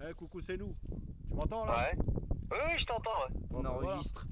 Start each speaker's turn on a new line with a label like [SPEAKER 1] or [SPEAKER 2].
[SPEAKER 1] Eh, coucou, c'est nous. Tu m'entends là
[SPEAKER 2] Ouais. Oui, oui, je t'entends. ouais.
[SPEAKER 1] Bon,
[SPEAKER 3] On
[SPEAKER 1] bah, voilà.
[SPEAKER 3] enregistre.